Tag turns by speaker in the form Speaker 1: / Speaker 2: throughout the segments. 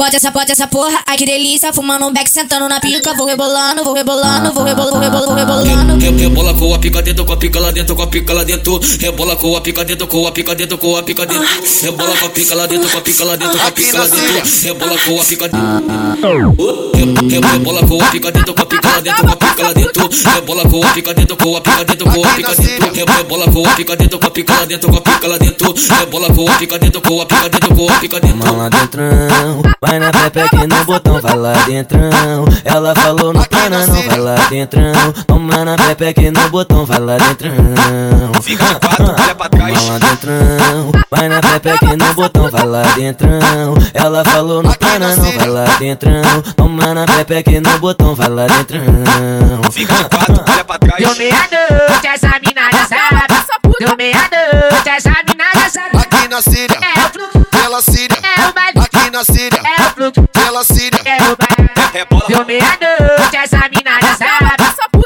Speaker 1: Bota essa, bota essa porra, ai que delícia. Fumando um beck, sentando na pica. Vou rebolando, vou rebolando, vou rebolando, vou rebolando, vou rebolando.
Speaker 2: Re- Rebola com a pica dentro, com a pica lá dentro, com a pica lá dentro. Rebola com a pica dentro, com a pica dentro, com a pica dentro. Rebola com a pica lá dentro, com a pica lá dentro, com a pica lá dentro. Rebola com a pica dentro. Re- re- Rebola com a pica dentro, com a pica lá dentro, com a pica lá dentro. Rebola com a pica dentro, com a pica dentro, com a pica dentro. Re- Rebola com a pica dentro, com a pica lá dentro, com a pica lá dentro. Rebola com a pica dentro, com a pica dentro, com a pica dentro.
Speaker 3: Mão lá dentrão, vai na pepe que no botão, vai lá dentrão. Ela falou não para não, vai lá dentrão. Toma na pepe que no botão, vai lá dentrão.
Speaker 4: Fica de quatro, olha pra trás.
Speaker 3: Mão lá dentrão, vai na pepe que no botão, vai lá dentrão. Ela falou não para não, vai lá dentrão. Toma na pepe que no botão, vai lá dentrão.
Speaker 4: Fica de quatro, olha pra trás.
Speaker 5: Deu meia-noite, essa minada sabe. Deu meia-noite, essa minada sabe.
Speaker 6: Aqui na Síria,
Speaker 5: É o fluxo,
Speaker 6: pela Síria.
Speaker 5: é o baile.
Speaker 6: Aqui na Síria,
Speaker 5: É o fluxo,
Speaker 6: pela Síria.
Speaker 5: é o baile.
Speaker 4: Rebola,
Speaker 5: Deu meia-noite, essa minada sabe.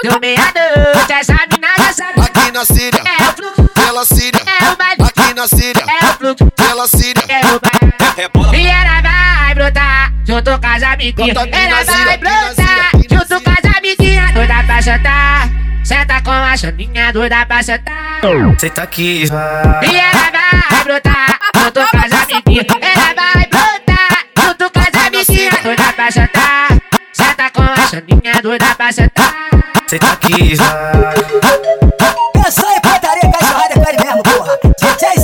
Speaker 5: Deu meia-noite, essa minada sabe.
Speaker 6: Aqui na Síria,
Speaker 5: É o fluxo,
Speaker 6: pela Síria.
Speaker 5: é o baile.
Speaker 6: Aqui na Síria,
Speaker 5: É o fluxo,
Speaker 6: pela Síria.
Speaker 5: é o baile.
Speaker 4: rebola,
Speaker 5: E ela vai brotar junto com as amiguinhas.
Speaker 6: Bota aqui
Speaker 5: Ela
Speaker 6: na
Speaker 5: vai
Speaker 6: zira,
Speaker 5: brotar
Speaker 6: aqui na zira, aqui na
Speaker 5: junto com as amiguinhas. Doida pra sentar, senta com a Xaninha, doida pra sentar.
Speaker 7: Senta aqui,
Speaker 5: E ela vai brotar junto com as amiguinhas. Ela vai brotar junto com as amiguinhas. Doida pra sentar, senta com a Xaninha, doida pra sentar.
Speaker 7: senta aqui,
Speaker 8: Pensou em putaria, cachorrada, é pele mesmo, porra. DJ